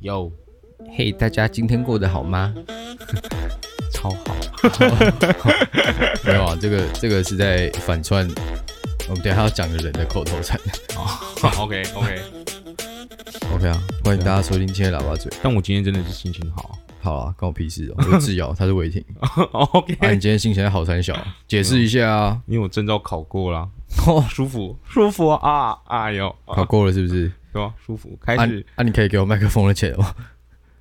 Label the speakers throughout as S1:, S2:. S1: 有
S2: 嘿、大家今天过得好 吗？超 好，
S1: 没有啊？这个这个是在反串我们等一下要讲的人的口头禅。
S3: OK OK，
S1: OK 啊，欢迎大家收听今天的喇叭嘴。
S3: 但我今天真的是心情 好。哎
S1: 好啊，关我屁 事哦、我是志尧，他是伟霆。
S3: OK，
S1: 啊，你今天心情还好三小啊，解释一下啊。
S3: 因为我证照考过啦，
S1: 哦，
S3: 舒服舒服啊！哎呦，啊
S1: 考过了是不是？
S3: 对吧？舒服，开
S1: 啊
S3: 始
S1: 啊，你可以给我麦克风的钱 吗？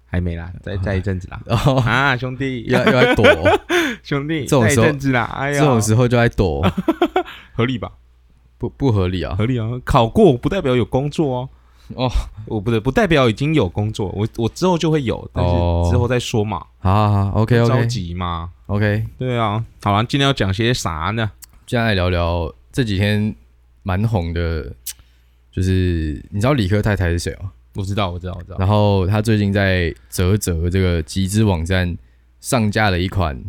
S3: 还没啦，再再一阵子啦。
S1: 然后
S3: 啊，兄弟，
S1: 又来又来躲哦、
S3: 兄弟，
S1: 这种
S3: 再一
S1: 时候
S3: 阵子啦。哎
S1: 这
S3: 呀，
S1: 种时候就来躲哦、
S3: 合理吧？
S1: 不不合理啊。
S3: 合理啊！考过不代表有工作哦。
S1: 哦，
S3: 我不对，不代表已经有工作，我我之后就会有，但是
S1: 哦
S3: 之后再说嘛，
S1: 好好好，OK
S3: 不着
S1: OK
S3: 急嘛。
S1: OK，
S3: 对啊，好了，今天要讲些啥呢？
S1: 接下来聊聊这几天蛮红的，就是你知道理科太太是谁吗？
S3: 我知道，我知道，我知道。
S1: 然后他最近在泽泽这个集资网站上架了一款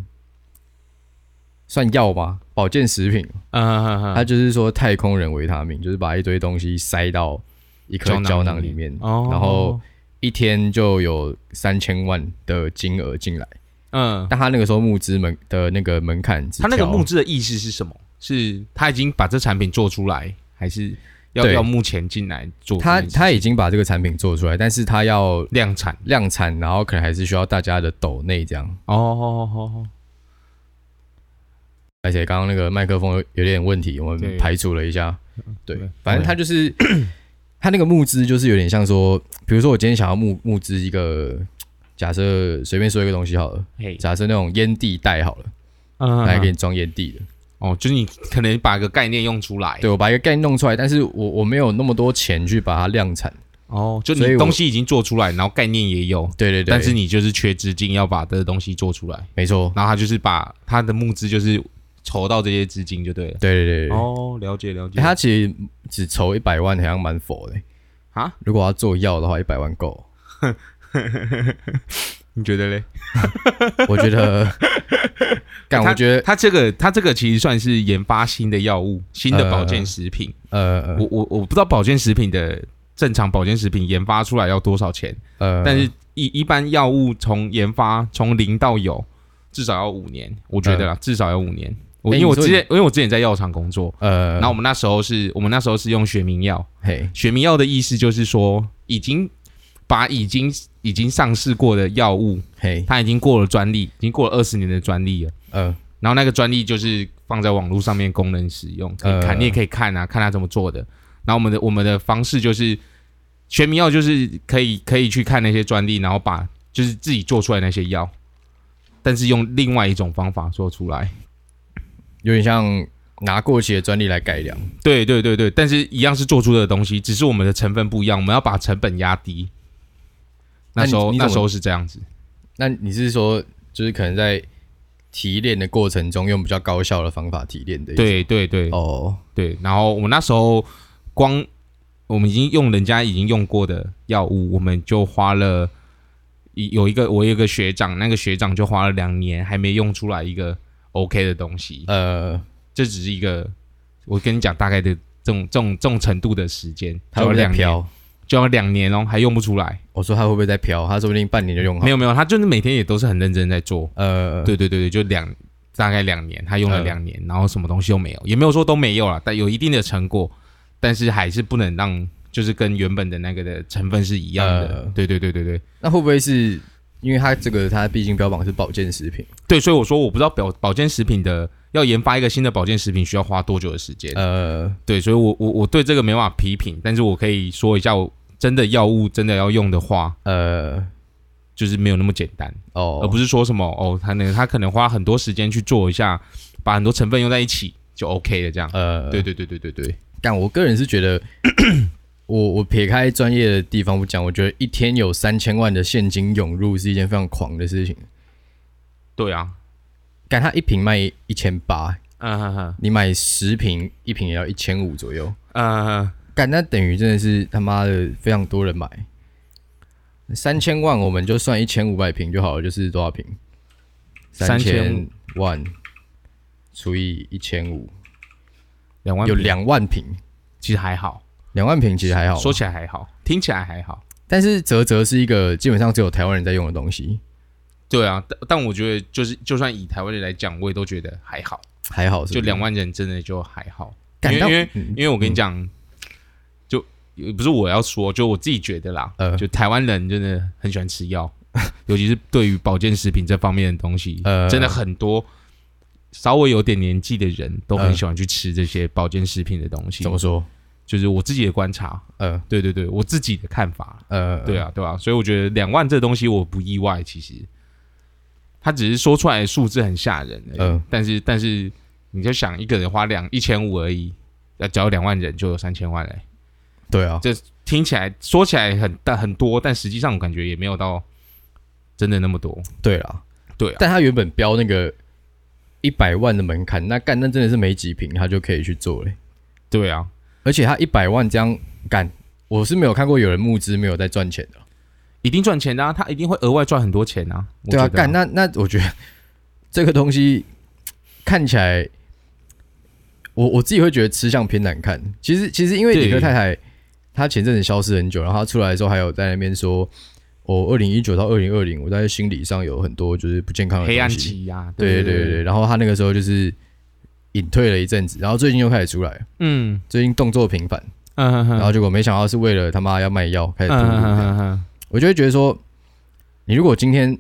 S1: 算药吗？保健食品，
S3: 嗯，
S1: 它就是说太空人维他命，就是把一堆东西塞到一颗胶囊里面，
S3: 哦，
S1: 然后一天就有三千万的金额进来。
S3: 嗯，
S1: 但他那个时候募资门的那个门槛只
S3: 他
S1: 调，
S3: 那个募资的意思是什么？是他已经把这产品做出来，还是要
S1: 对
S3: 要目前进来做这
S1: 他
S3: 件事？
S1: 他已经把这个产品做出来，但是他要
S3: 量产
S1: 量产，然后可能还是需要大家的抖内这样。
S3: 哦哦哦
S1: 而且刚刚那个麦克风有点问题，我们
S3: 对嗯
S1: 排除了一下。对
S3: 对，
S1: 反正他就是 他那个募资就是有点像说，比如说我今天想要募募资一个，假设随便说一个东西好了，
S3: 嘿，
S1: 假设那种烟蒂袋好了，
S3: 嗯
S1: 来给你装烟蒂的。
S3: 哦，就是你可能把个概念用出来，
S1: 对我把一个概念弄出来，但是我我没有那么多钱去把它量产。
S3: 哦，就
S1: 所以
S3: 你
S1: 我
S3: 东西已经做出来，然后概念也有，
S1: 对对对，
S3: 但是你就是缺资金要把这个东西做出来，
S1: 没错，
S3: 然后他就是把他的募资就是筹到这些资金就对了。
S1: 对对对对对。
S3: 哦，了解了解。
S1: 欸他其实只筹一百万，好像蛮佛的欸、
S3: 啊，
S1: 如果要做药的话，一百万够。
S3: 你觉得嘞？
S1: 我觉 得，干，
S3: 他
S1: 我觉得，
S3: 他这个他这个其实算是研发新的药物、新的保健食品。
S1: 呃
S3: 我我我不知道保健食品的正常保健食品研发出来要多少钱，
S1: 呃，
S3: 但是一一般药物从研发从零到有至少要五年，我觉得啦，至少要五年。我
S1: 嗯哎
S3: 因为我
S1: 你说
S3: 之前因为我之前在药厂工作，
S1: 呃，
S3: 然后我们那时候是我们那时候是用学名药，
S1: 嘿，
S3: 学名药的意思就是说已经把已经已经上市过的药物，
S1: 嘿，
S3: 它已经过了专利，已经过了二十年的专利了。
S1: 呃，
S3: 然后那个专利就是放在网络上面供人使用，可以看，
S1: 呃
S3: 你也可以看啊，看他怎么做的。然后我们的我们的方式就是，全民药就是可以可以去看那些专利，然后把就是自己做出来那些药，但是用另外一种方法做出来。
S1: 有点像拿过期的专利来改良，
S3: 对对对对，但是一样是做出的东西，只是我们的成分不一样，我们要把成本压低。
S1: 那
S3: 那
S1: 你
S3: 时候
S1: 你怎
S3: 那
S1: 么
S3: 时候是这样子，
S1: 那你是说，就是可能在提炼的过程中用比较高效的方法提炼的？，
S3: 对对对
S1: 哦，
S3: 对，然后我们那时候光我们已经用人家已经用过的药物，我们就花了一有一个我有一个学长，那个学长就花了两年还没用出来一个 OK 的东西，
S1: 呃，
S3: 这只是一个我跟你讲大概的这种这种这种程度的时间，
S1: 他
S3: 就
S1: 会不
S3: 要
S1: 会在
S3: 两年，
S1: 飘？
S3: 就要两年哦，还用不出来。
S1: 我说他会不会在飘？他说不定半年就用好
S3: 没。有没有，他就是每天也都是很认真在做。
S1: 呃，
S3: 对对对对，就两大概两年，他用了两年，然后什么东西都没有，也没有说都没有了，但有一定的成果，但是还是不能让就是跟原本的那个的成分是一样的。
S1: 呃
S3: 对对对对对
S1: 那会不会是因为他这个他毕竟标榜是保健食品？
S3: 对，所以我说我不知道保保健食品的要研发一个新的保健食品需要花多久的时间。
S1: 呃，
S3: 对，所以我我我对这个没办法批评，但是我可以说一下，我真的药物真的要用的话，
S1: 呃，
S3: 就是没有那么简单。
S1: 哦，
S3: 而不
S1: 是
S3: 是说什么哦，他呢，他可能花很多时间去做一下，把很多成分用在一起就 OK 了这样。
S1: 呃，
S3: 对对对对对对，
S1: 但我个人是觉得，我我撇开专业的地方不讲，我觉得一天有三千万的现金涌入是一件非常狂的事情。
S3: 对啊，
S1: 干他一瓶卖一千八，
S3: 嗯哼哼，
S1: 你买十瓶，一瓶也要一千五左右。
S3: 嗯哼哼，
S1: 干那等于真的是他妈的非常多人买，三千万我们就算一千五百瓶就好了，就是多少瓶？三千
S3: 3500
S1: 万除以一千五，
S3: 两万
S1: 有
S3: 瓶
S1: 两万瓶，
S3: 其实还好，
S1: 两万瓶其实还好吧。啊
S3: 说起来还好，听起来还好，
S1: 但是泽泽是一个基本上只有台湾人在用的东西，
S3: 对啊，但但我觉得就是就算以台湾人来讲，我也都觉得还好，
S1: 还好是不
S3: 就是两，万人真的就还好，因
S1: 感
S3: 为
S1: 到
S3: 因为
S1: 嗯
S3: 因为我跟你讲，就也不是我要说，就我自己觉得啦，
S1: 呃
S3: 就台湾人真的很喜欢吃药， 尤其是对于保健食品这方面的东西，
S1: 呃
S3: 真的很多稍微有点年纪的人都很
S1: 呃
S3: 喜欢去吃这些保健食品的东西。
S1: 怎么说？
S3: 就是我自己的观察，
S1: 呃
S3: 对对对，我自己的看法，
S1: 呃，
S3: 对啊，对啊，所以我觉得两万这东西我不意外，其实他只是说出来的数字很吓人而已，
S1: 嗯
S3: 但是但是你就想一个人花两一千五而已，那只要两万人就有三千万嘞、
S1: 对啊，
S3: 听起来说起来很大很多，但实际上我感觉也没有到真的那么多，
S1: 对啦，
S3: 对啊
S1: 但他原本标那个一百万的门槛，那干那真的是没几瓶他就可以去做嘞、
S3: 对啊，
S1: 而且他一百万这样干，我是没有看过有人募资没有在赚钱的。
S3: 一定赚钱的、啊，他一定会额外赚很多钱啊，我
S1: 对啊，
S3: 觉得
S1: 干那那我觉得 这个东西看起来，我我自己会觉得吃相偏难看。其实其实因为
S3: 对
S1: 李克太太她前阵子消失很久，然后她出来的时候还有在那边说，我二零一九到二零二零我在心理上有很多就是不健康的
S3: 黑暗
S1: 东西
S3: 期啊，
S1: 对对
S3: 对
S1: 对对，，然后他那个时候就是隐退了一阵子，然后最近又开始出来，
S3: 嗯
S1: 最近动作频繁，
S3: 嗯哼哼，
S1: 然后结果没想到是为了他妈要卖药开
S3: 嗯
S1: 始吐
S3: 哼
S1: 露
S3: 哼
S1: 这样
S3: 哼哼，
S1: 我就会觉得说，你如果今天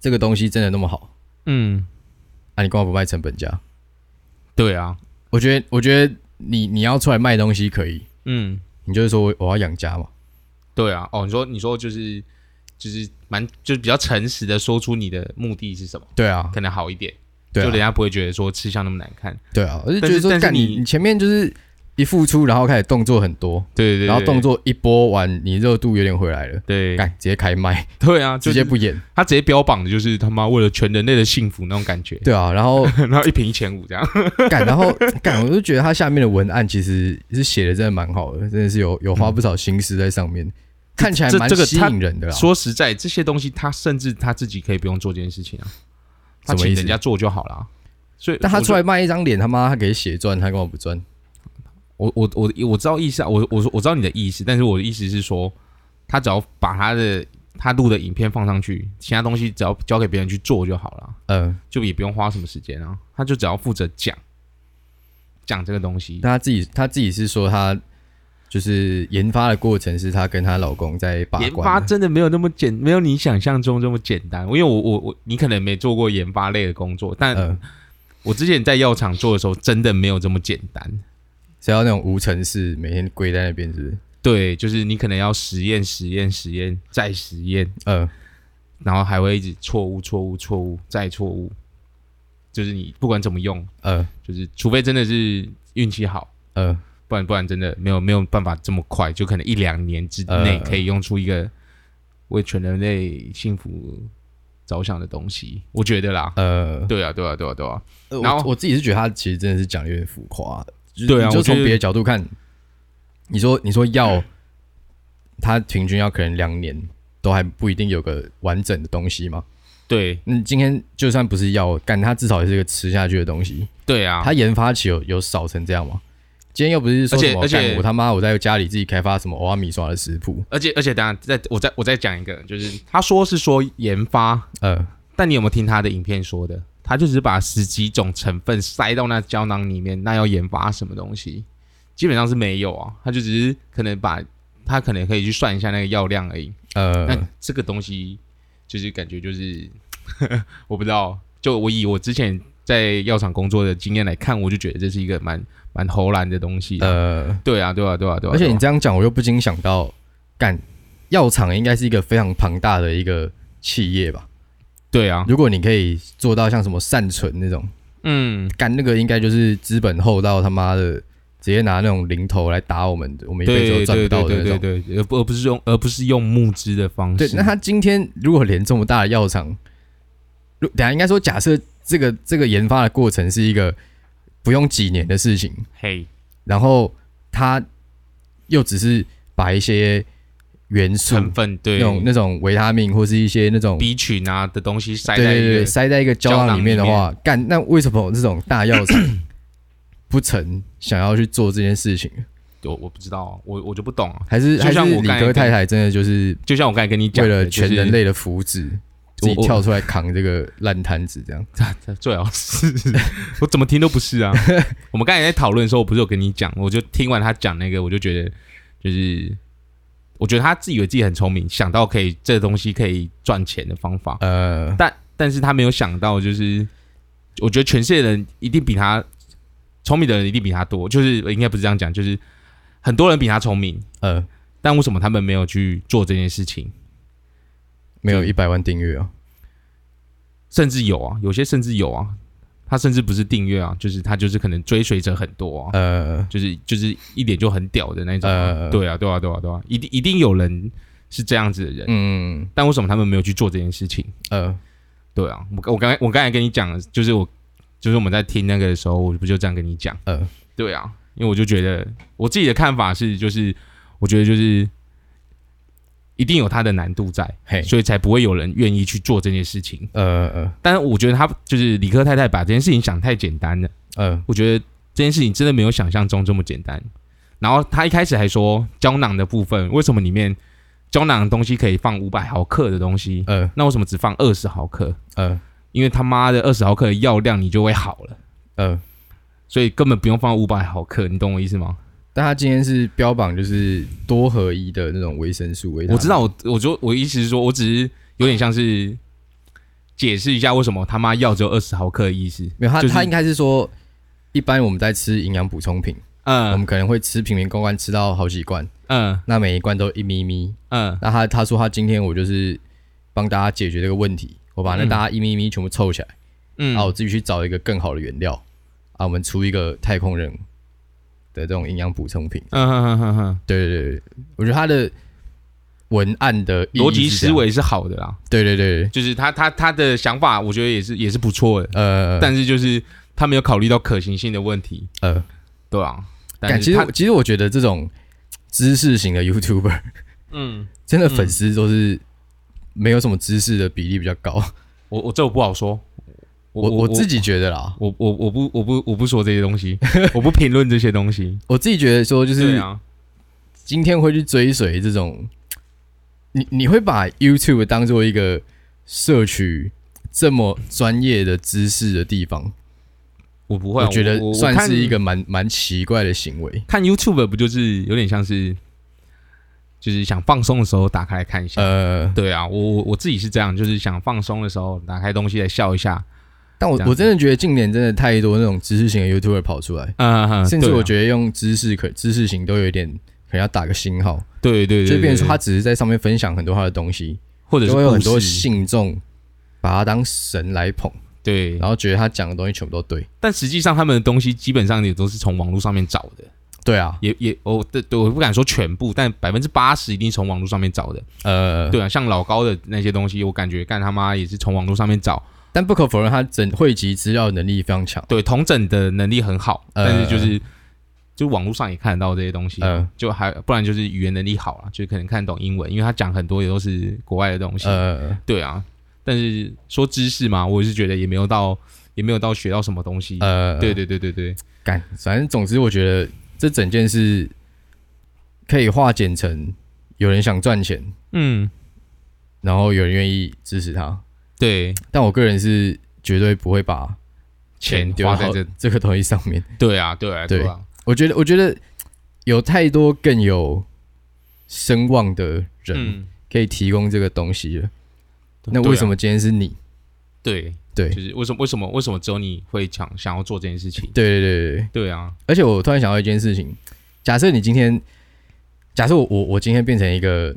S1: 这个东西真的那么好，
S3: 嗯，
S1: 啊，你干嘛不卖成本价？
S3: 对啊，
S1: 我觉得，我觉得你你要出来卖东西可以，
S3: 嗯。
S1: 你就是说我我要养家嘛，
S3: 对啊，哦，你说你说就是就是蛮就是比较诚实的说出你的目的是什么，
S1: 对啊，
S3: 可能好一点，
S1: 对
S3: 就人
S1: 啊，
S3: 家不会觉得说吃相那么难看。
S1: 对啊，我就觉
S3: 但是
S1: 得说
S3: 但是
S1: 干
S3: 你
S1: 你你前面就是一付出，然后开始动作很多，
S3: 对对对，
S1: 然后动作一波完，你热度有点回来了，
S3: 对
S1: 干直接开麦，
S3: 对啊，
S1: 直
S3: 就
S1: 接
S3: 是
S1: 不演，
S3: 他直接标榜的就是他妈为了全人类的幸福那种感觉，
S1: 对啊，然后
S3: 然后一瓶一千五这样。
S1: 干，然后干，我就觉得他下面的文案其实是写的真的蛮好的，真的是有有花不少心思在上面，看起来
S3: 嗯这
S1: 蛮
S3: 这个
S1: 吸
S3: 他
S1: 引人的啦。
S3: 说实在，这些东西他甚至他自己可以不用做这件事情啊，他
S1: 什么
S3: 请
S1: 意思
S3: 人家做就好了。所以，
S1: 但他
S3: 我就
S1: 出来卖一张脸，他妈他给血赚，他干嘛不赚？
S3: 我我我我知道意思啊，我我说我知道你的意思，但是我的意思是说，他只要把他的他录的影片放上去，其他东西只要交给别人去做就好了，
S1: 嗯，
S3: 就也不用花什么时间啊，他就只要负责讲讲这个东西。
S1: 但他自己他自己是说他就是研发的过程是他跟她老公在把
S3: 研发
S1: 关啊的，
S3: 真的没有那么简，没有你想象中这么简单。因为我我我，你可能没做过研发类的工作，但
S1: 嗯，
S3: 我之前在药厂做的时候，真的没有这么简单。
S1: 是要那种无尘室每天跪在那边，是不是？
S3: 对，就是你可能要实验、实验、实验再实验，
S1: 嗯，
S3: 然后还会一直错误、错误、错误再错误，就是你不管怎么用，
S1: 呃
S3: 就是除非真的是运气好，
S1: 呃，
S3: 不然不然真的没有没有办法这么快，就可能一两年之内
S1: 呃
S3: 可以用出一个为全人类幸福着想的东西，我觉得啦。
S1: 呃，
S3: 对啊，对啊，对啊，对啊，
S1: 呃
S3: 然后
S1: 我我自己是觉得他其实真的是讲的有点浮夸，就是
S3: 对啊
S1: 你就
S3: 我觉得
S1: 从别的角度看，你说你说药，它平均要可能两年都还不一定有个完整的东西嘛。
S3: 对
S1: 嗯，今天就算不是药，干它至少也是个吃下去的东西。
S3: 对啊，
S1: 它研发期有有少成这样吗？今天又不是说
S3: 而且
S1: 什么
S3: 而且
S1: 干我他妈我在家里自己开发什么欧阿米刷的食谱，
S3: 而且而且，等一下再我再我再讲一个，就是他说是说研发，
S1: 呃，
S3: 但你有没有听他的影片说的？他就只是把十几种成分塞到那胶囊里面，那要研发什么东西？基本上是没有啊，他就只是可能把他可能可以去算一下那个药量而已。
S1: 呃
S3: 那、，这个东西就是感觉就是，我不知道，就我以我之前在药厂工作的经验来看，我就觉得这是一个蛮蛮投篮的东西、呃，
S1: 呃，
S3: 对啊，对啊，对啊，对啊。
S1: 而且
S3: 对啊
S1: 你这样讲，我又不禁想到，干药厂应该是一个非常庞大的一个企业吧？
S3: 对啊，
S1: 如果你可以做到像什么善存那种，
S3: 嗯，
S1: 干那个应该就是资本厚到他妈的，直接拿那种零头来打我们，我们一辈子
S3: 对
S1: 都赚不
S3: 对对
S1: 到的
S3: 对
S1: 那
S3: 对
S1: 种。
S3: 对，而不而不是用而不是用募资的方式。
S1: 对，那他今天如果连这么大的药厂，如等一下应该说，假设这个这个研发的过程是一个不用几年的事情，
S3: 嘿，
S1: 然后他又只是把一些元素
S3: 成分对
S1: 那种那种维他命或是一些那种
S3: B 群啊的东西塞
S1: 对
S3: 在
S1: 对
S3: 一
S1: 对
S3: 个
S1: 塞在一个胶囊里面的话， 干那为什么这种大药厂不曾想要去做这件事情？
S3: 我我不知道啊，我我就不懂啊。
S1: 还是
S3: 就
S1: 还是
S3: 像我
S1: 理
S3: 刚才
S1: 科
S3: 跟
S1: 太太真的就是
S3: 就像我刚才跟你讲
S1: 为
S3: 的，
S1: 了全人
S3: 类。
S1: 类的福祉，自
S3: 我
S1: 己跳出来扛这个烂摊子，这样
S3: 最好是，我怎么听都 不是啊。我们刚才在讨论的时候，我不是有跟你讲，我就听完他讲那个，我就觉得就是，我觉得他自以为自己很聪明，想到可以这东西可以赚钱的方法，
S1: 呃，
S3: 但但是他没有想到，就是我觉得全世界的人一定比他聪明的人一定比他多，就是应该不是这样讲，就是很多人比他聪明，
S1: 呃，
S3: 但为什么他们没有去做这件事情？
S1: 没有一百万订阅哦，
S3: 甚至有啊，有些甚至有啊，他甚至不是订阅啊，就是他就是可能追随者很多啊。
S1: 呃，
S3: 就是就是一点就很屌的那种、
S1: 呃
S3: 对啊，对啊，对啊，对啊，一定一定有人是这样子的人，
S1: 嗯，
S3: 但为什么他们没有去做这件事情？
S1: 呃，
S3: 对啊，我我刚才我刚才跟你讲的，就是我就是我们在听那个的时候，我不就这样跟你讲？
S1: 呃，
S3: 对啊，因为我就觉得我自己的看法是，就是我觉得就是一定有它的难度在，
S1: 嘿，
S3: 所以才不会有人愿意去做这件事情。
S1: 呃呃
S3: 但是我觉得他就是理科太太把这件事情想太简单了。
S1: 呃，
S3: 我觉得这件事情真的没有想象中这么简单。然后他一开始还说胶囊的部分，为什么里面胶囊的东西可以放五百毫克的东西，
S1: 呃
S3: 那为什么只放二十毫克？
S1: 呃
S3: 因为他妈的二十毫克的药量你就会好了，
S1: 呃，
S3: 所以根本不用放五百毫克，你懂我意思吗？
S1: 但他今天是标榜就是多合一的那种维生素，维他
S3: 我知道，我我就我意思是说，我只是有点像是解释一下为什么他妈药只有二十毫克的意思。
S1: 没有他
S3: 就是
S1: 他应该是说，一般我们在吃营养补充品，我
S3: 嗯
S1: 们可能会吃瓶瓶罐罐吃到好几罐，
S3: 嗯
S1: 那每一罐都一咪咪，
S3: 嗯
S1: 那他他说他今天我就是帮大家解决这个问题，我把那
S3: 嗯
S1: 大家一咪咪全部凑起来，
S3: 嗯，
S1: 啊，我自己去找一个更好的原料，啊，我们出一个太空人的这种营养补充品。
S3: 嗯哼哼哼哼，
S1: 对对对对，我觉得他的文案的意义
S3: 逻辑
S1: 是这
S3: 思
S1: 样，
S3: 维是好的啦。
S1: 对对对，
S3: 就是他他他的想法，我觉得也是也是不错的，
S1: 呃，
S3: 但是就是他没有考虑到可行性的问题，
S1: 呃，
S3: 对啊。
S1: 感
S3: 但
S1: 其
S3: 是
S1: 实
S3: 他
S1: 我其实我觉得这种知识型的 YouTuber，
S3: 嗯，
S1: 真的粉丝都是没有什么知识的比例比较高，
S3: 我我这我不好说，
S1: 我
S3: 我
S1: 我自己觉得啦，
S3: 我我我不我不我不说这些 东西，我不评论这些东西。
S1: 我自己觉得说就
S3: 对
S1: 是
S3: 啊，
S1: 今天会去追随这种，你你会把 YouTube 当做一个摄取这么专业的知识的地方，
S3: 我不会啊，
S1: 我觉得
S3: 我
S1: 算是一。
S3: 我
S1: 个
S3: 我
S1: 蛮蛮奇怪的行为。
S3: 看看 YouTube 不就是有点像是，就是想放松的时候打开来看一下。
S1: 呃，
S3: 对啊，我我我自己是这样，就是想放松的时候打开东西来笑一下。
S1: 但我
S3: 这样子
S1: 我真的觉得近年真的太多那种知识型的 YouTuber 跑出来，
S3: 嗯，嗯
S1: 甚至
S3: 对啊
S1: 我觉得用知识可知识型都有一点可能要打个星号，
S3: 对对对，
S1: 就变成说
S3: 对
S1: 他只是在上面分享很多他的东西，
S3: 或者是
S1: 就会有很
S3: 故
S1: 多
S3: 事
S1: 信众把他当神来捧，
S3: 对，
S1: 然后觉得他讲的东西全部都对。
S3: 但实际上他们的东西基本上也都是从网络上面找的，
S1: 对啊，
S3: 也也哦，对对，我不敢说全部，但百分之八十一定从网络上面找的。
S1: 呃，
S3: 对啊，像老高的那些东西，我感觉干他妈也是从网络上面找。
S1: 但不可否认，他整汇集资料的能力非常强。
S3: 对，同整的能力很好，
S1: 呃
S3: 但是就是。就网络上也看得到这些东西，
S1: 呃
S3: 就还不然就是语言能力好了，啊就可能看得懂英文，因为他讲很多也都是国外的东西，
S1: 呃，
S3: 对啊。但是说知识嘛，我是觉得也没有到，也没有到学到什么东西，
S1: 呃，
S3: 对对对对对，
S1: 干，反正总之，我觉得这整件事可以化简成有人想赚钱，
S3: 嗯，
S1: 然后有人愿意支持他。
S3: 对，
S1: 但我个人是绝对不会把
S3: 钱
S1: 丢
S3: 花在
S1: 到
S3: 这
S1: 这个东西上面。
S3: 对啊，对啊，
S1: 对
S3: 对啊，
S1: 我觉得，我觉得有太多更有声望的人
S3: 嗯，
S1: 可以提供这个东西了。那为什么今天是你？
S3: 对啊？
S1: 对
S3: 对，就是为什么为什么为什么只有你会想想要做这件事情？
S1: 对对对对对。
S3: 对啊，
S1: 而且我突然想到一件事情，假设你今天，假设我我我今天变成一个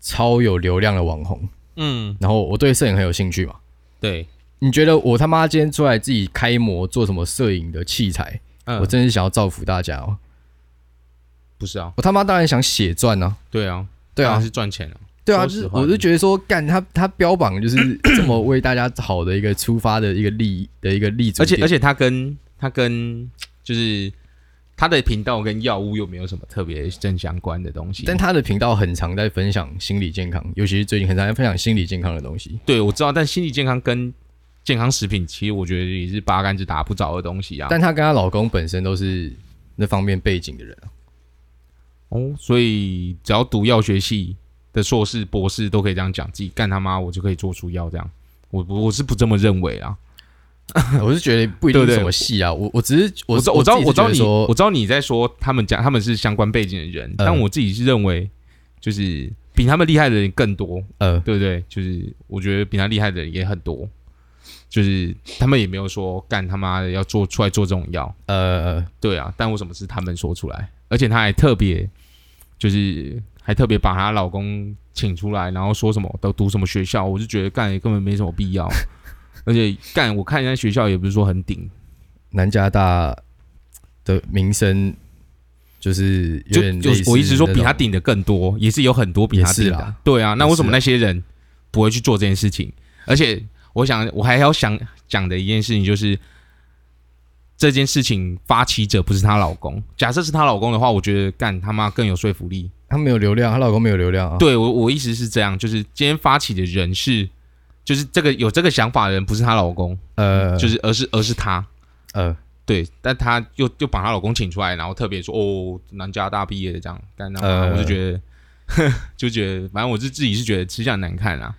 S1: 超有流量的网红，
S3: 嗯，
S1: 然后我对摄影很有兴趣嘛？
S3: 对，
S1: 你觉得我他妈今天出来自己开模做什么摄影的器材？
S3: 嗯，
S1: 我真是想要造福大家哦！
S3: 不是啊，
S1: 我他妈当然想血赚啊！
S3: 对啊，
S1: 对
S3: 当然
S1: 啊，
S3: 是赚钱啊，
S1: 对啊，
S3: 说
S1: 就
S3: 实
S1: 是
S3: 话
S1: 我就觉得说，干他他标榜就是 这么为大家好的一个出发的一个利的一个立足
S3: 而且
S1: 点
S3: 而且他跟他跟就是他的频道跟药物又没有什么特别正相关的东西。
S1: 但他的频道很常在分享心理健康，尤其是最近很常在分享心理健康的东西。
S3: 对我知道，但心理健康跟健康食品，其实我觉得也是八竿子打不着的东西啊。
S1: 但她跟她老公本身都是那方面背景的人啊、
S3: 哦，所以只要读药学系的硕士、博士都可以这样讲，自己干他妈我就可以做出药这样。我不我是不这么认为啊，
S1: 啊我是觉得不一定
S3: 对对
S1: 是什么戏啊，我我只是
S3: 我
S1: 我
S3: 知我知道我知
S1: 自
S3: 道
S1: 己
S3: 你
S1: 是觉得说
S3: 我
S1: 嗯
S3: 知道你在说他们讲他们是相关背景的人，但我自己是认为就是比他们厉害的人更多，
S1: 呃
S3: 对不对？就是我觉得比他厉害的人也很多，就是他们也没有说干他妈的要做出来做这种药，
S1: 呃
S3: 对啊，但为什么是他们说出来？而且她还特别，就是还特别把她老公请出来，然后说什么都读什么学校，我就觉得干根本没什么必要。 而且干，我看人家学校也不是说很顶，
S1: 南加大的名声就是有
S3: 就
S1: 点
S3: 就
S1: 类似
S3: 我一直说比他
S1: 那种
S3: 顶的更多，也是有很多比他顶
S1: 也是
S3: 的
S1: 啦。
S3: 对啊，那
S1: 也是
S3: 为什么那些人不会去做这件事情？而且我想，我还要想讲的一件事情就是，这件事情发起者不是她老公。假设是她老公的话，我觉得干他妈更有说服力。
S1: 她没有流量，她老公没有流量啊，
S3: 对我我意思是这样，就是今天发起的人是，就是这个有这个想法的人不是她老公，
S1: 呃
S3: 就是而是而是她。
S1: 呃
S3: 对，但她又又把她老公请出来，然后特别说哦，南加大毕业的这样，干然后
S1: 呃
S3: 我就觉得，就觉得反正我是自己是觉得吃相难看啦，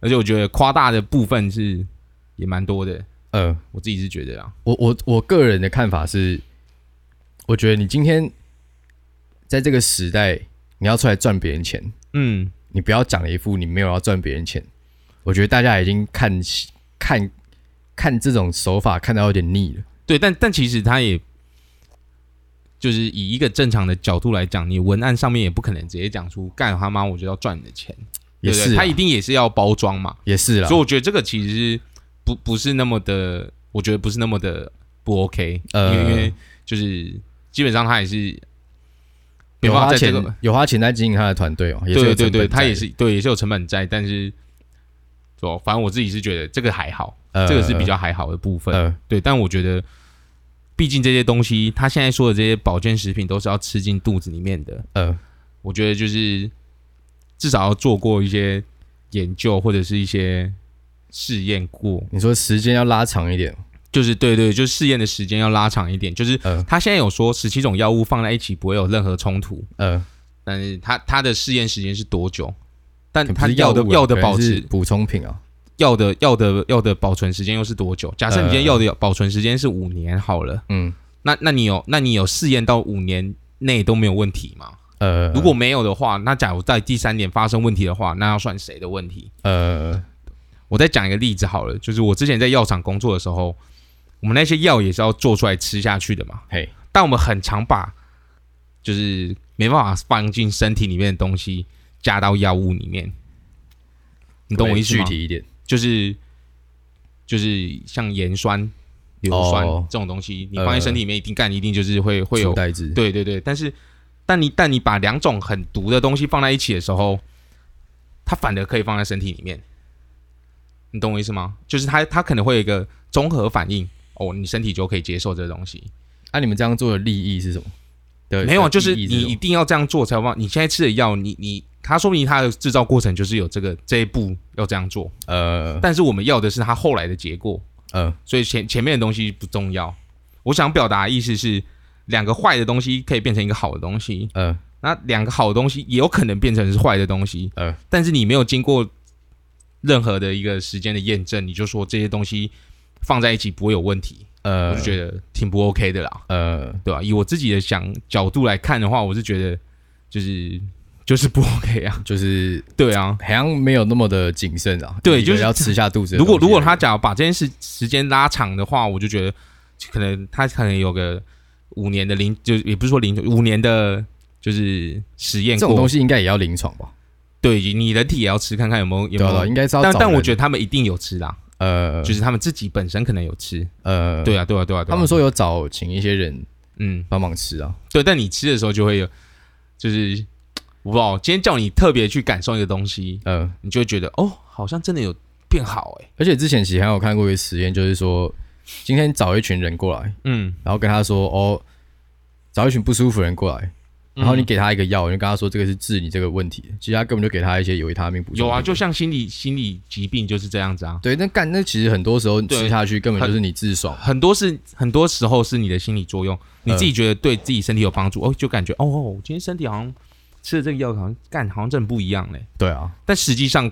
S3: 而且我觉得夸大的部分是也蛮多的，
S1: 呃，
S3: 我自己是觉得啊，
S1: 我我我个人的看法是，我觉得你今天在这个时代，你要出来赚别人钱，
S3: 嗯，
S1: 你不要讲一副你没有要赚别人钱。我觉得大家已经看习看看这种手法看到有点腻了。
S3: 对，但但其实他也。就是以一个正常的角度来讲，你文案上面也不可能直接讲出“干他妈我就要赚你的钱”，
S1: 也
S3: 对不
S1: 是啊
S3: 对
S1: 啦
S3: 他一定也是要包装嘛，
S1: 也是啦
S3: 所以，我觉得这个其实是不不是那么的，我觉得不是那么的不 OK，、
S1: 呃
S3: 因为因为就是基本上他也是没
S1: 有
S3: 办法
S1: 花
S3: 在这
S1: 钱、
S3: 个，
S1: 有花钱在经营他的团队哦，也是
S3: 对
S1: 有
S3: 对
S1: 成本
S3: 对，他
S1: 在
S3: 也是对也是有成本在，但是哦，反正我自己是觉得这个还好，
S1: 呃
S3: 这个是比较还好的部分，
S1: 呃
S3: 对，但我觉得。毕竟这些东西，他现在说的这些保健食品都是要吃进肚子里面的，
S1: 呃
S3: 我觉得就是至少要做过一些研究或者是一些试验过，
S1: 你说时间要拉长一点，
S3: 就是对对，就是试验的时间要拉长一点。就是
S1: 呃
S3: 他现在有说十七种药物放在一起不会有任何冲突，
S1: 呃，
S3: 但是他他的试验时间是多久？但
S1: 可能
S3: 他
S1: 不是
S3: 药的
S1: 物啊
S3: 药的
S1: 可能
S3: 保
S1: 是
S3: 持
S1: 补充品啊，
S3: 药的药的药的保存时间又是多久？假设你今天
S1: 呃
S3: 药的保存时间是五年好了，
S1: 嗯
S3: 那那你有那你有试验到五年内都没有问题吗？
S1: 呃，
S3: 如果没有的话，那假如在第三年发生问题的话，那要算谁的问题？
S1: 呃
S3: 我再讲一个例子好了，就是我之前在药厂工作的时候，我们那些药也是要做出来吃下去的嘛。
S1: 嘿
S3: 但我们很常把就是没办法放进身体里面的东西加到药物里面，你懂我意思
S1: 具
S3: 吗？
S1: 体一点，
S3: 就是就是像盐酸、硫酸、
S1: 哦
S3: 这种东西，你
S1: 呃
S3: 放在身体里面一定干，一定就是会会有
S1: 有代志，
S3: 对对对，但是但你但你把两种很毒的东西放在一起的时候，它反而可以放在身体里面，你懂我意思吗？就是它它可能会有一个综合反应，哦，你身体就可以接受这个东西。
S1: 那啊你们这样做的利益是什么？对，
S3: 没有，啊
S1: 呃
S3: 就是
S1: 利益
S3: 你
S1: 什么
S3: 一定要这样做才有办法。你现在吃的药，你你它说不定它的制造过程就是有这个这一步要这样做，
S1: 呃
S3: 但是我们要的是它后来的结果，
S1: 呃
S3: 所以前前面的东西不重要。我想表达的意思是，两个坏的东西可以变成一个好的东西，
S1: 呃
S3: 那两个好的东西也有可能变成是坏的东西，
S1: 呃
S3: 但是你没有经过任何的一个时间的验证，你就说这些东西放在一起不会有问题，
S1: 呃，
S3: 我就觉得挺不 OK 的啦，
S1: 呃
S3: 对吧、以我自己的想角度来看的话，我是觉得就是就是不 OK 啊，
S1: 就是
S3: 对啊。
S1: 好像没有那么的谨慎啊。
S3: 对
S1: 你觉得
S3: 就是
S1: 要吃下肚子的
S3: 如
S1: 东西而已。
S3: 果如果他假如把这件事时间拉长的话，我就觉得可能他可能有个五年的零，就也不是说零五年的，就是实验
S1: 这
S3: 过
S1: 种东西应该也要临床吧？
S3: 对你人体也要吃看看有没有有
S1: 对
S3: 没
S1: 啊
S3: 有
S1: 对啊，应该是要找
S3: 但
S1: 人。
S3: 但我觉得他们一定有吃啦，
S1: 得呃，
S3: 就是他们自己本身可能有吃。
S1: 呃，
S3: 对啊，对啊，对啊，对啊
S1: 他们说有找请一些人
S3: 嗯，
S1: 帮忙吃啊。
S3: 对，但你吃的时候就会有，就是我不知道，今天叫你特别去感受一个东西，
S1: 呃，
S3: 你就会觉得哦，好像真的有变好哎、
S1: 而且之前其实还有看过一个实验，就是说今天找一群人过来，
S3: 嗯
S1: 然后跟他说哦，找一群不舒服的人过来，然后你给他一个药，你就跟他说这个是治你这个问题的，其实他根本就给他一些有维他命补充。
S3: 有啊，就像心理心理疾病就是这样子啊，
S1: 对，那干那其实很多时候你吃
S3: 对
S1: 下去根本就是你自爽。
S3: 很多是很多时候是你的心理作用，你
S1: 嗯
S3: 自己觉得对自己身体有帮助，哦，就感觉哦，我今天身体好像吃了这个药，好像干好像真的不一样嘞，
S1: 对啊，
S3: 但实际上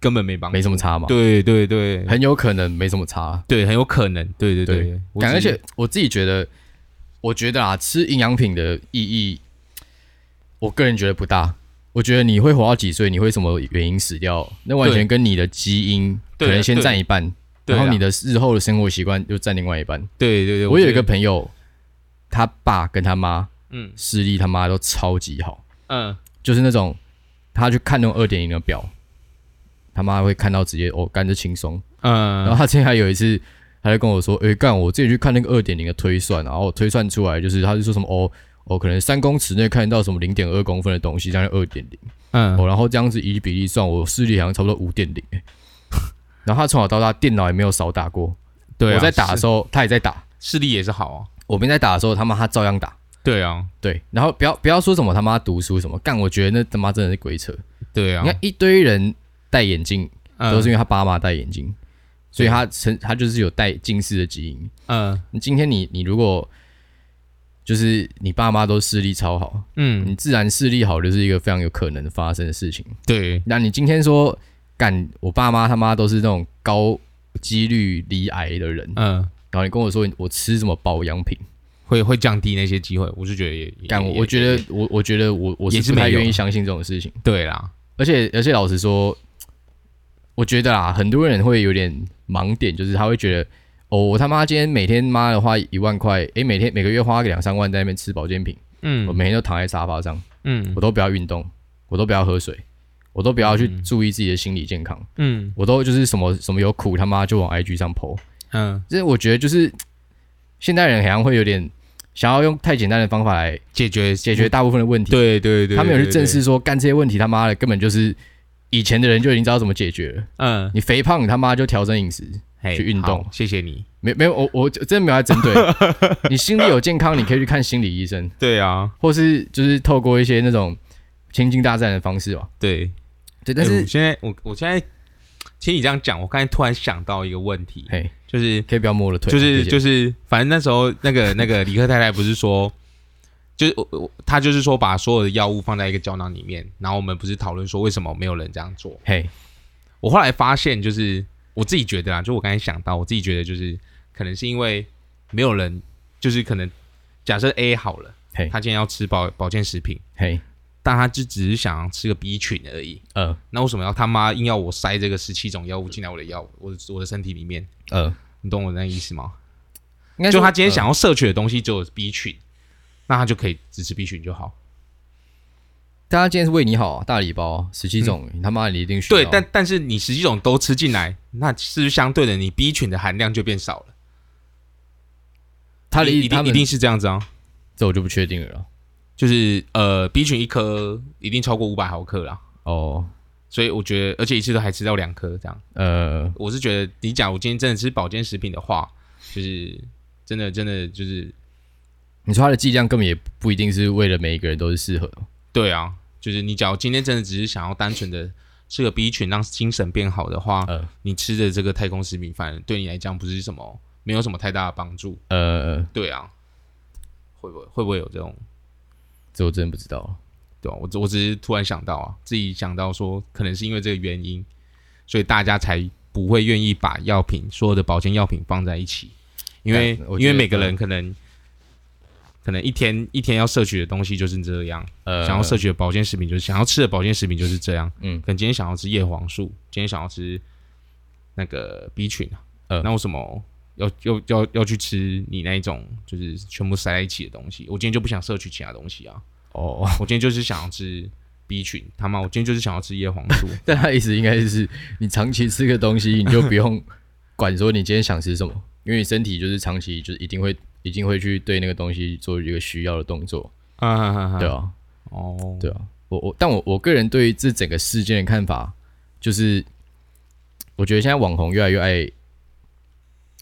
S3: 根本没帮助，啊
S1: 没啊什么差嘛，
S3: 对对对，
S1: 很有可能没什么差。
S3: 对很有可能，对对
S1: 对
S3: 对，我
S1: 感
S3: 只
S1: 而
S3: 是
S1: 且我自己觉得，我觉得啊，吃营养品的意义，我个人觉得不大。我觉得你会活到几岁，你会什么原因死掉，那完全
S3: 对
S1: 跟你的基因可
S3: 对
S1: 能先
S3: 对
S1: 占一半，
S3: 对
S1: 然后
S3: 啊
S1: 你的日后的生活习惯就占另外一半。
S3: 对对对，
S1: 我有一
S3: 觉
S1: 个
S3: 得
S1: 朋友，他爸跟他妈
S3: 嗯
S1: 视力他妈都超级好，
S3: 嗯
S1: 就是那种他去看那种二点零的表，他妈会看到直接哦，干就轻松。然后
S3: 嗯，
S1: 他之前还有一次，他就跟我说：“诶、干，我自己去看那个二点零的推算，啊然后我推算出来就是，他就说什么哦哦，可能三公尺内看得到什么零点二公分的东西，将近二点零
S3: 嗯
S1: 哦，然后这样子以比例算，我视力好像差不多五点零。然后他从小到大电脑也没有少打过，
S3: 对啊，
S1: 我在打的
S3: 视
S1: 时候他也在打，
S3: 视力也是好啊，
S1: 我没在打的时候他妈他照样打。
S3: 对啊
S1: 对，然后不要不要说什么他妈读书什么，干，我觉得那他妈真的是鬼扯。
S3: 对啊，
S1: 你看一堆人戴眼镜，
S3: 嗯啊
S1: 都是因为他爸妈戴眼镜，所以他成他就是有戴近视的基因。
S3: 嗯
S1: 你今天你你如果就是你爸妈都视力超好，
S3: 嗯
S1: 你自然视力好就是一个非常有可能发生的事情。
S3: 对
S1: 那你今天说干我爸妈他妈都是那种高几率罹癌的人，
S3: 嗯。
S1: 然后你跟我说我吃什么保养品，
S3: 会会降低那些机会，我是觉得也也
S1: 干我
S3: 也
S1: 我觉得我我觉得我我
S3: 也
S1: 是
S3: 是
S1: 不太
S3: 没有
S1: 愿意相信这种事情。
S3: 对啦，
S1: 而且而且老实说，我觉得啦，很多人会有点盲点，就是他会觉得，哦，我他妈今天每天妈的花一万块，诶，每天每个月花个两三万在那边吃保健品，我
S3: 嗯
S1: 每天都躺在沙发上，
S3: 嗯
S1: 我都不要运动，我都不要喝水，我都不要去注意自己的心理健康，
S3: 嗯
S1: 我都就是什么什么有苦他妈就往 IG 上 po，
S3: 嗯，
S1: 这我觉得就是现代人好像会有点想要用太简单的方法来
S3: 解决
S1: 解决，大部分的问题，
S3: 对对对，
S1: 他没有去
S3: 对
S1: 正视，说干这些问题他妈的根本就是以前的人就已经知道怎么解决了。
S3: 对嗯，
S1: 你肥胖，你他妈就调整饮食，
S3: 嘿
S1: 去运动
S3: 好谢谢你。
S1: 没没有我我真的没有在针 对你心理有健康，你可以去看心理医生，
S3: 对啊，
S1: 或是就是透过一些那种亲近大自然的方式吧。
S3: 对，
S1: 对，但
S3: 哎
S1: 是
S3: 我现在我我现在听你这样讲，我刚才突然想到一个问题，
S1: 嘿，
S3: 就是
S1: 可以不要摸我的腿，
S3: 就是就是是，反正那时候那个 那个李克太太不是说，就是我我她就是说把所有的药物放在一个胶囊里面，然后我们不是讨论说为什么没有人这样做，
S1: 嘿，
S3: 我后来发现，就是我自己觉得啊，就我刚才想到，我自己觉得就是可能是因为没有人，就是可能假设 A 好了
S1: 嘿，
S3: 他今天要吃保保健食品，
S1: 嘿，
S3: 但他就只是想吃个 B 群而已。
S1: 呃
S3: 那为什么要他妈硬要我塞这个十七种药物进来我的药我的我的身体里面？
S1: 呃，
S3: 你懂我那意思吗？
S1: 应该
S3: 就
S1: 说嗯
S3: 他今天想要摄取的东西只有 B 群，那他就可以只吃 B 群就好。
S1: 呃大家今天是为你好啊，大礼包十七种，你他妈你一定需要。
S3: 嗯对，但但是你十七种都吃进来，那是不是相对的你 B 群的含量就变少了？
S1: 他的
S3: 一
S1: 意
S3: 一
S1: 他
S3: 定
S1: 们
S3: 一定是这样子啊。
S1: 这我就不确定了啦。
S3: 就是呃，B 群一颗一定超过五百毫克啦，
S1: 哦，
S3: 所以我觉得，而且一次都还吃到两颗这样。
S1: 呃，
S3: 我是觉得，你假如今天真的吃保健食品的话，就是真的真的就是
S1: 你说他的剂量根本也不一定是为了每一个人都是适合的。
S3: 对啊，就是你假如今天真的只是想要单纯的吃个 B 群让精神变好的话，
S1: 呃
S3: 你吃的这个太空食品，反而对你来讲不是什么没有什么太大的帮助。
S1: 呃，
S3: 对啊，会不会会不会有这种？
S1: 这我真的不知道了。
S3: 对啊，我只我只是突然想到啊，自己想到说，可能是因为这个原因，所以大家才不会愿意把药品所有的保健药品放在一起，因为
S1: 但我觉
S3: 因
S1: 得
S3: 为每个人可能可能一天一天要摄取的东西就是这样，
S1: 呃，
S3: 想要摄取的保健食品就是想要吃的保健食品就是这样，
S1: 嗯
S3: 嗯，可能今天想要吃叶黄素，今天想要吃那个 B 群啊，
S1: 呃
S3: 那为什么？要要要要去吃你那一种就是全部塞在一起的东西，我今天就不想摄取其他东西啊。
S1: 哦，
S3: 我今天就是想要吃 B 群，他妈，我今天就是想要吃叶黄 素。
S1: 但他意思应该是，你长期吃个东西，你就不用管说你今天想吃什么，因为你身体就是长期就是一定会一定会去对那个东西做一个需要的动作，
S3: 啊啊啊
S1: 对，啊，
S3: 哦，
S1: 对啊。我我但我我个人对于这整个事件的看法，就是我觉得现在网红越来越爱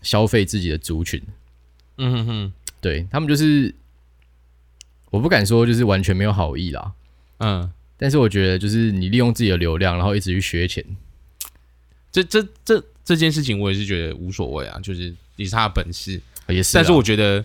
S1: 消费自己的族群，
S3: 嗯哼哼，
S1: 对他们就是，我不敢说就是完全没有好意啦，
S3: 嗯，
S1: 但是我觉得就是你利用自己的流量，然后一直去学钱，
S3: 这这这这件事情我也是觉得无所谓啊，就是也是他的本事，
S1: 呃也是啦。
S3: 但是啊我觉得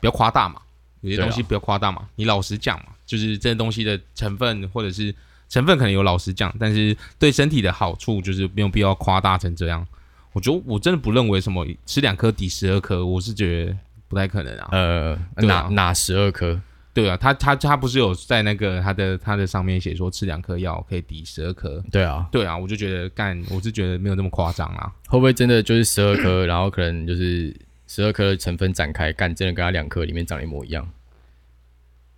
S3: 不要夸大嘛，有些
S1: 对啊
S3: 东西不要夸大嘛，你老实讲嘛，就是这些东西的成分或者是成分可能有老实讲，但是对身体的好处就是没有必要夸大成这样。我觉得我真的不认为什么吃两颗抵十二颗，我是觉得不太可能啊。
S1: 呃
S3: 对
S1: 哪
S3: 啊
S1: 哪十二颗，
S3: 对啊，他他他不是有在那个他的他的上面写说吃两颗药可以抵十二颗。
S1: 对啊，
S3: 对啊，我就觉得干，我是觉得没有那么夸张啊啦。
S1: 会不会真的就是十二颗，然后可能就是十二颗的成分展开，干真的跟它两颗里面长得一模一样，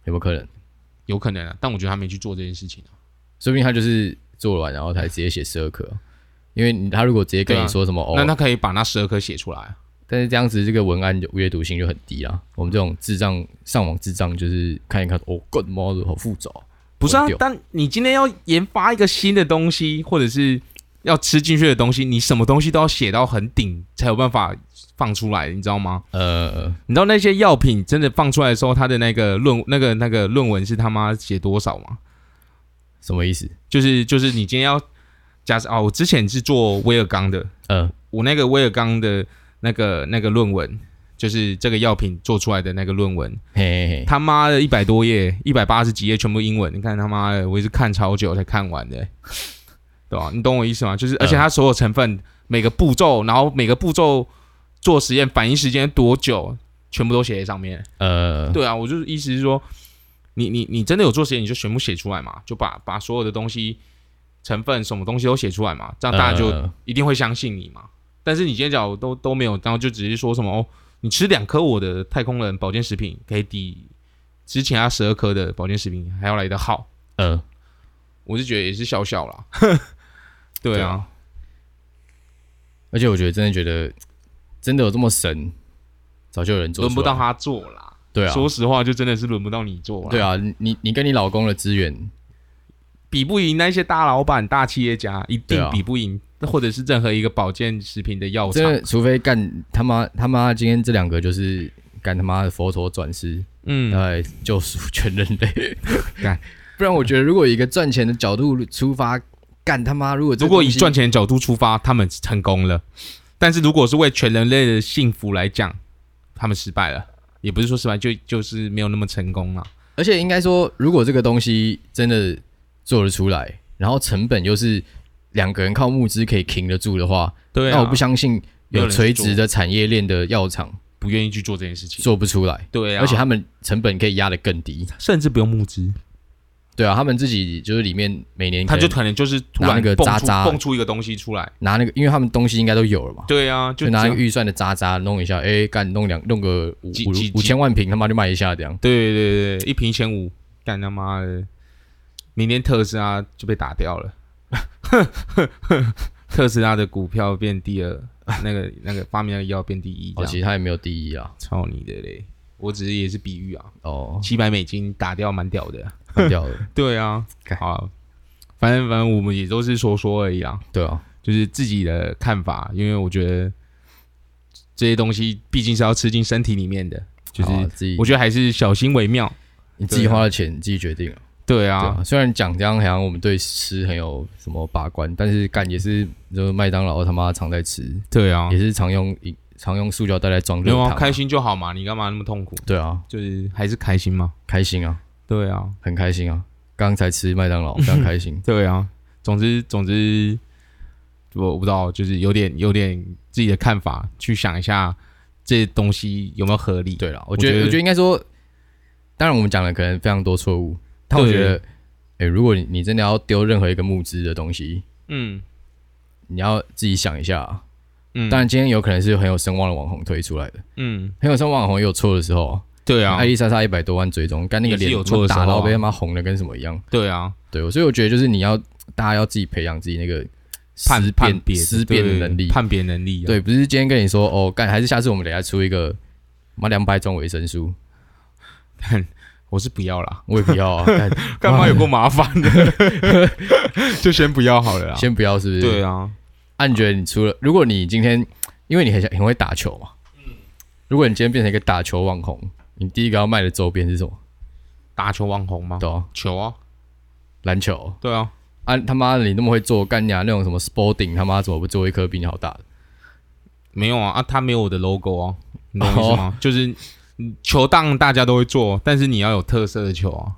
S1: 有没有可能？
S3: 有可能啊，但我觉得他没去做这件事情啊。
S1: 说不定他就是做完然后才直接写十二颗，因为你他如果直接跟
S3: 对
S1: 你
S3: 啊
S1: 说什么、哦，
S3: 那他可以把那十二颗写出来啊。
S1: 但是这样子这个文案就阅读性就很低啦。我们这种智障上网智障就是看一看，哦，God model 好复杂哦，
S3: 不是啊
S1: 丢，
S3: 但你今天要研发一个新的东西，或者是要吃进去的东西，你什么东西都要写到很顶，才有办法放出来，你知道吗？
S1: 呃，
S3: 你知道那些药品真的放出来的时候，它的那个论那个那个论文是他妈写多少吗？
S1: 什么意思？
S3: 就是就是你今天要假设哦，我之前是做威尔刚的，
S1: 呃，
S3: 我那个威尔刚的那个那个论文，就是这个药品做出来的那个论文，
S1: 嘿嘿嘿，
S3: 他妈的一百多页，一百八十几页全部英文，你看他妈的，我也是看超久才看完的、对吧、你懂我意思吗？就是而且它所有成分、每个步骤，然后每个步骤做实验反应时间多久，全部都写在上面。
S1: 呃，
S3: 对啊，我就是意思是说，你你你真的有做实验，你就全部写出来嘛，就把把所有的东西成分什么东西都写出来嘛，这样大家就
S1: 呃
S3: 一定会相信你嘛。但是你今天讲都都没有，然后就直接说什么哦，你吃两颗我的太空人保健食品可以抵吃其他十二颗的保健食品还要来的好，
S1: 呃，
S3: 我是觉得也是笑笑啦。 对
S1: 对
S3: 啊，
S1: 而且我觉得真的觉得真的有这么神，早就有人做，
S3: 轮不到，他做啦。
S1: 对啊，
S3: 说实话，就真的是轮不到你做啦。
S1: 对，啊，你你跟你老公的资源，
S3: 比不赢那些大老板、大企业家，一
S1: 对
S3: 定
S1: 啊
S3: 比不赢，或者是任何一个保健食品的药
S1: 真
S3: 厂
S1: 的。除非干他妈他妈今天这两个就是干他妈的佛陀转世，
S3: 嗯，
S1: 来救赎全人类
S3: 干。
S1: 不然我觉得，如果以一个赚钱的角度出发，干他妈！如果这
S3: 如果
S1: 东
S3: 以
S1: 西
S3: 赚钱的角度出发，他们成功了；但是如果是为全人类的幸福来讲，他们失败了。也不是说失败，就就是没有那么成功啊了。
S1: 而且应该说，如果这个东西真的做得出来，然后成本又是两个人靠募资可以扛得住的话，
S3: 对啊
S1: 那我不相信
S3: 没有
S1: 有
S3: 人去
S1: 垂直的产业链的药厂
S3: 不愿意去做这件事情。
S1: 做不出来，
S3: 对啊，
S1: 而且他们成本可以压得更低。
S3: 甚至不用募资，对
S1: 对啊，他们自己就是里面每年
S3: 他
S1: 可
S3: 就
S1: 能
S3: 可能就是突
S1: 拿那
S3: 然
S1: 个
S3: 蹦
S1: 渣
S3: 出
S1: 渣
S3: 蹦出一个东西出来。
S1: 拿那个，因为他们东西应该都有了嘛，
S3: 对啊，就
S1: 就拿
S3: 这
S1: 那
S3: 样
S1: 个预算的渣渣弄一下，哎，干弄两弄个五
S3: 几几
S1: 五五千万瓶，他妈就卖一下这样。
S3: 对对对，一瓶一千五，干他妈的！明天特斯拉就被打掉了， 特斯拉的股票变第二，那个那个发明那个药变第一，这
S1: 哦，其
S3: 样
S1: 实他也没有第一啊。
S3: 操你的嘞！我只是也是比喻啊，
S1: 哦，
S3: 七百美金打掉蛮屌的。
S1: 很屌的，
S3: 对啊，好啊，反正反正我们也都是说说而已啊，
S1: 对啊，
S3: 就是自己的看法，因为我觉得这些东西毕竟是要吃进身体里面的， 就是
S1: 好啊自己
S3: 我，觉得还是小心为妙。
S1: 你自己花的钱你自己决定啊。
S3: 对
S1: 对
S3: 啊，
S1: 啊，虽然讲这样好像我们对吃很有什么把关，但是干也是，就是麦当劳他妈常在吃，
S3: 对啊
S1: 也，是常用常用塑胶袋来装
S3: 没
S1: 热
S3: 有啊，
S1: 汤。
S3: 开，心就好嘛，你干嘛那么痛苦？
S1: 对啊，
S3: 就是还是开心嘛。
S1: 开心啊，
S3: 对啊，。
S1: 很开心啊。刚才吃麦当劳，非常开心
S3: 对啊，总之总之，我我不知道，就是有点有点自己的看法，去想一下这东西有没有合理。
S1: 对啦，我
S3: 我
S1: 觉
S3: 觉
S1: 得
S3: 得
S1: 我觉得应该说，当然我们讲的可能非常多错误，但我觉得，哎，如果你你真的要丢任何一个募资的东西，
S3: 嗯
S1: 你要自己想一下啊。
S3: 嗯，
S1: 当然，今天有可能是很有声望的网红推出来的，
S3: 嗯，
S1: 很有声望网红也有错的时候啊。
S3: 对啊
S1: 艾，丽莎莎一百多万追踪，干那个
S3: 也是
S1: 脸
S3: 有错的时
S1: 打
S3: 候啊
S1: 到被他妈红的跟什么一样。
S3: 对啊，
S1: 对，所以我觉得就是你要大家要自己培养自己那个
S3: 判
S1: 思
S3: 判
S1: 辨
S3: 别
S1: 思辨的能力。
S3: 判别能力、啊。，
S1: 对，不是今天跟你说哦，干还是下次我们等一下出一个妈两百种维生素，
S3: 我是不要啦，
S1: 我也不要啊，干
S3: 干嘛有够麻烦 的？就先不要好了啦。
S1: 先不要是不是？
S3: 对啊，
S1: 啊，你觉得你除了如果你今天因为你很想很会打球嘛，如果你今天变成一个打球网红，你第一个要卖的周边是什么？
S3: 打球网红吗？
S1: 对啊，
S3: 球啊，
S1: 篮球
S3: 对啊，
S1: 啊，他妈的你那么会做干呀那种什么 Sporting，他妈怎么不做一颗比你好大的？
S3: 没有啊啊，他没有我的 logo 啊，你懂我意思
S1: 哦
S3: 吗？就是嗯球档大家都会做，但是你要有特色的球啊，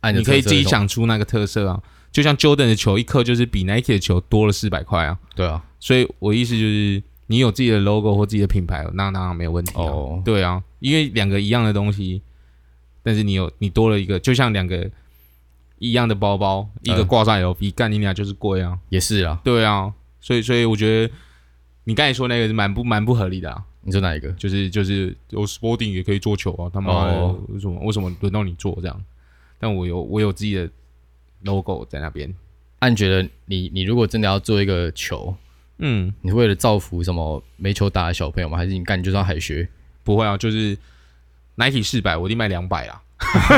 S1: 啊，的
S3: 你可以
S1: 特色
S3: 自己
S1: 是什么，
S3: 想出那个特色啊。就像 Jordan 的球一颗就是比 Nike 的球多了四百块啊，
S1: 对啊，
S3: 所以我意思就是你有自己的 logo 或自己的品牌，那当然没有问题、啊。
S1: 哦
S3: 对啊，因为两个一样的东西，但是你有你多了一个，就像两个一样的包包，一个
S1: 嗯
S3: 挂上 LV，干、你俩就是贵啊。
S1: 也是啊，
S3: 对啊，所以所以我觉得你刚才说那个是蛮不蛮不合理的啊，
S1: 你说哪一个？
S3: 就是就是我 Sporting 也可以做球啊，他妈的
S1: 哦
S3: 为什么为什么轮到你做这样？但我有我有自己的 logo 在那边，
S1: 啊，你觉得你你如果真的要做一个球，
S3: 嗯，
S1: 你是为了造福什么没球打的小朋友吗？还是你干你就算海学？
S3: 不会啊，就是 Nike 四百，我一定卖两百啦，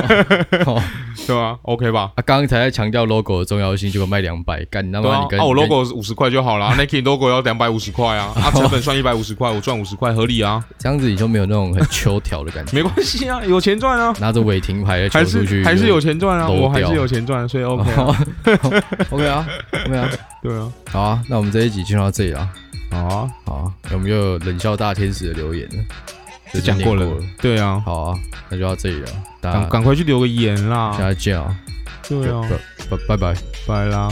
S1: 哦
S3: 对啊 o k 吧？
S1: 啊，刚刚才在强调 logo 的重要性，结果卖两百，干你他
S3: 对
S1: 妈
S3: 啊
S1: 你跟，
S3: 啊我
S1: 你跟
S3: logo 五十块就好了 ，Nike logo 要两百五十块啊，啊成本算一百五十块，我赚五十块合理啊，
S1: 这样子你就没有那种很秋条的感 觉，
S3: 没关 系啊，有钱赚啊，
S1: 拿着违停牌的球
S3: 还
S1: 出
S3: 是
S1: 去
S3: 还是有
S1: 就
S3: 钱赚啊，
S1: 漏
S3: 我还
S1: 掉哦
S3: 是有钱赚，所以 OK，啊、
S1: OK 啊 OK 啊，
S3: 对啊，
S1: 好啊，那我们这一集就到这里啦。
S3: 好啊，
S1: 好啊，我们又有冷笑大天使的留言了，这
S3: 是讲过了
S1: 念，
S3: 对啊，
S1: 好啊，那就到这里了，大
S3: 赶
S1: 家
S3: 赶快去留个言啦，
S1: 下次见啊，
S3: 对啊，
S1: 拜拜拜。
S3: 拜啦。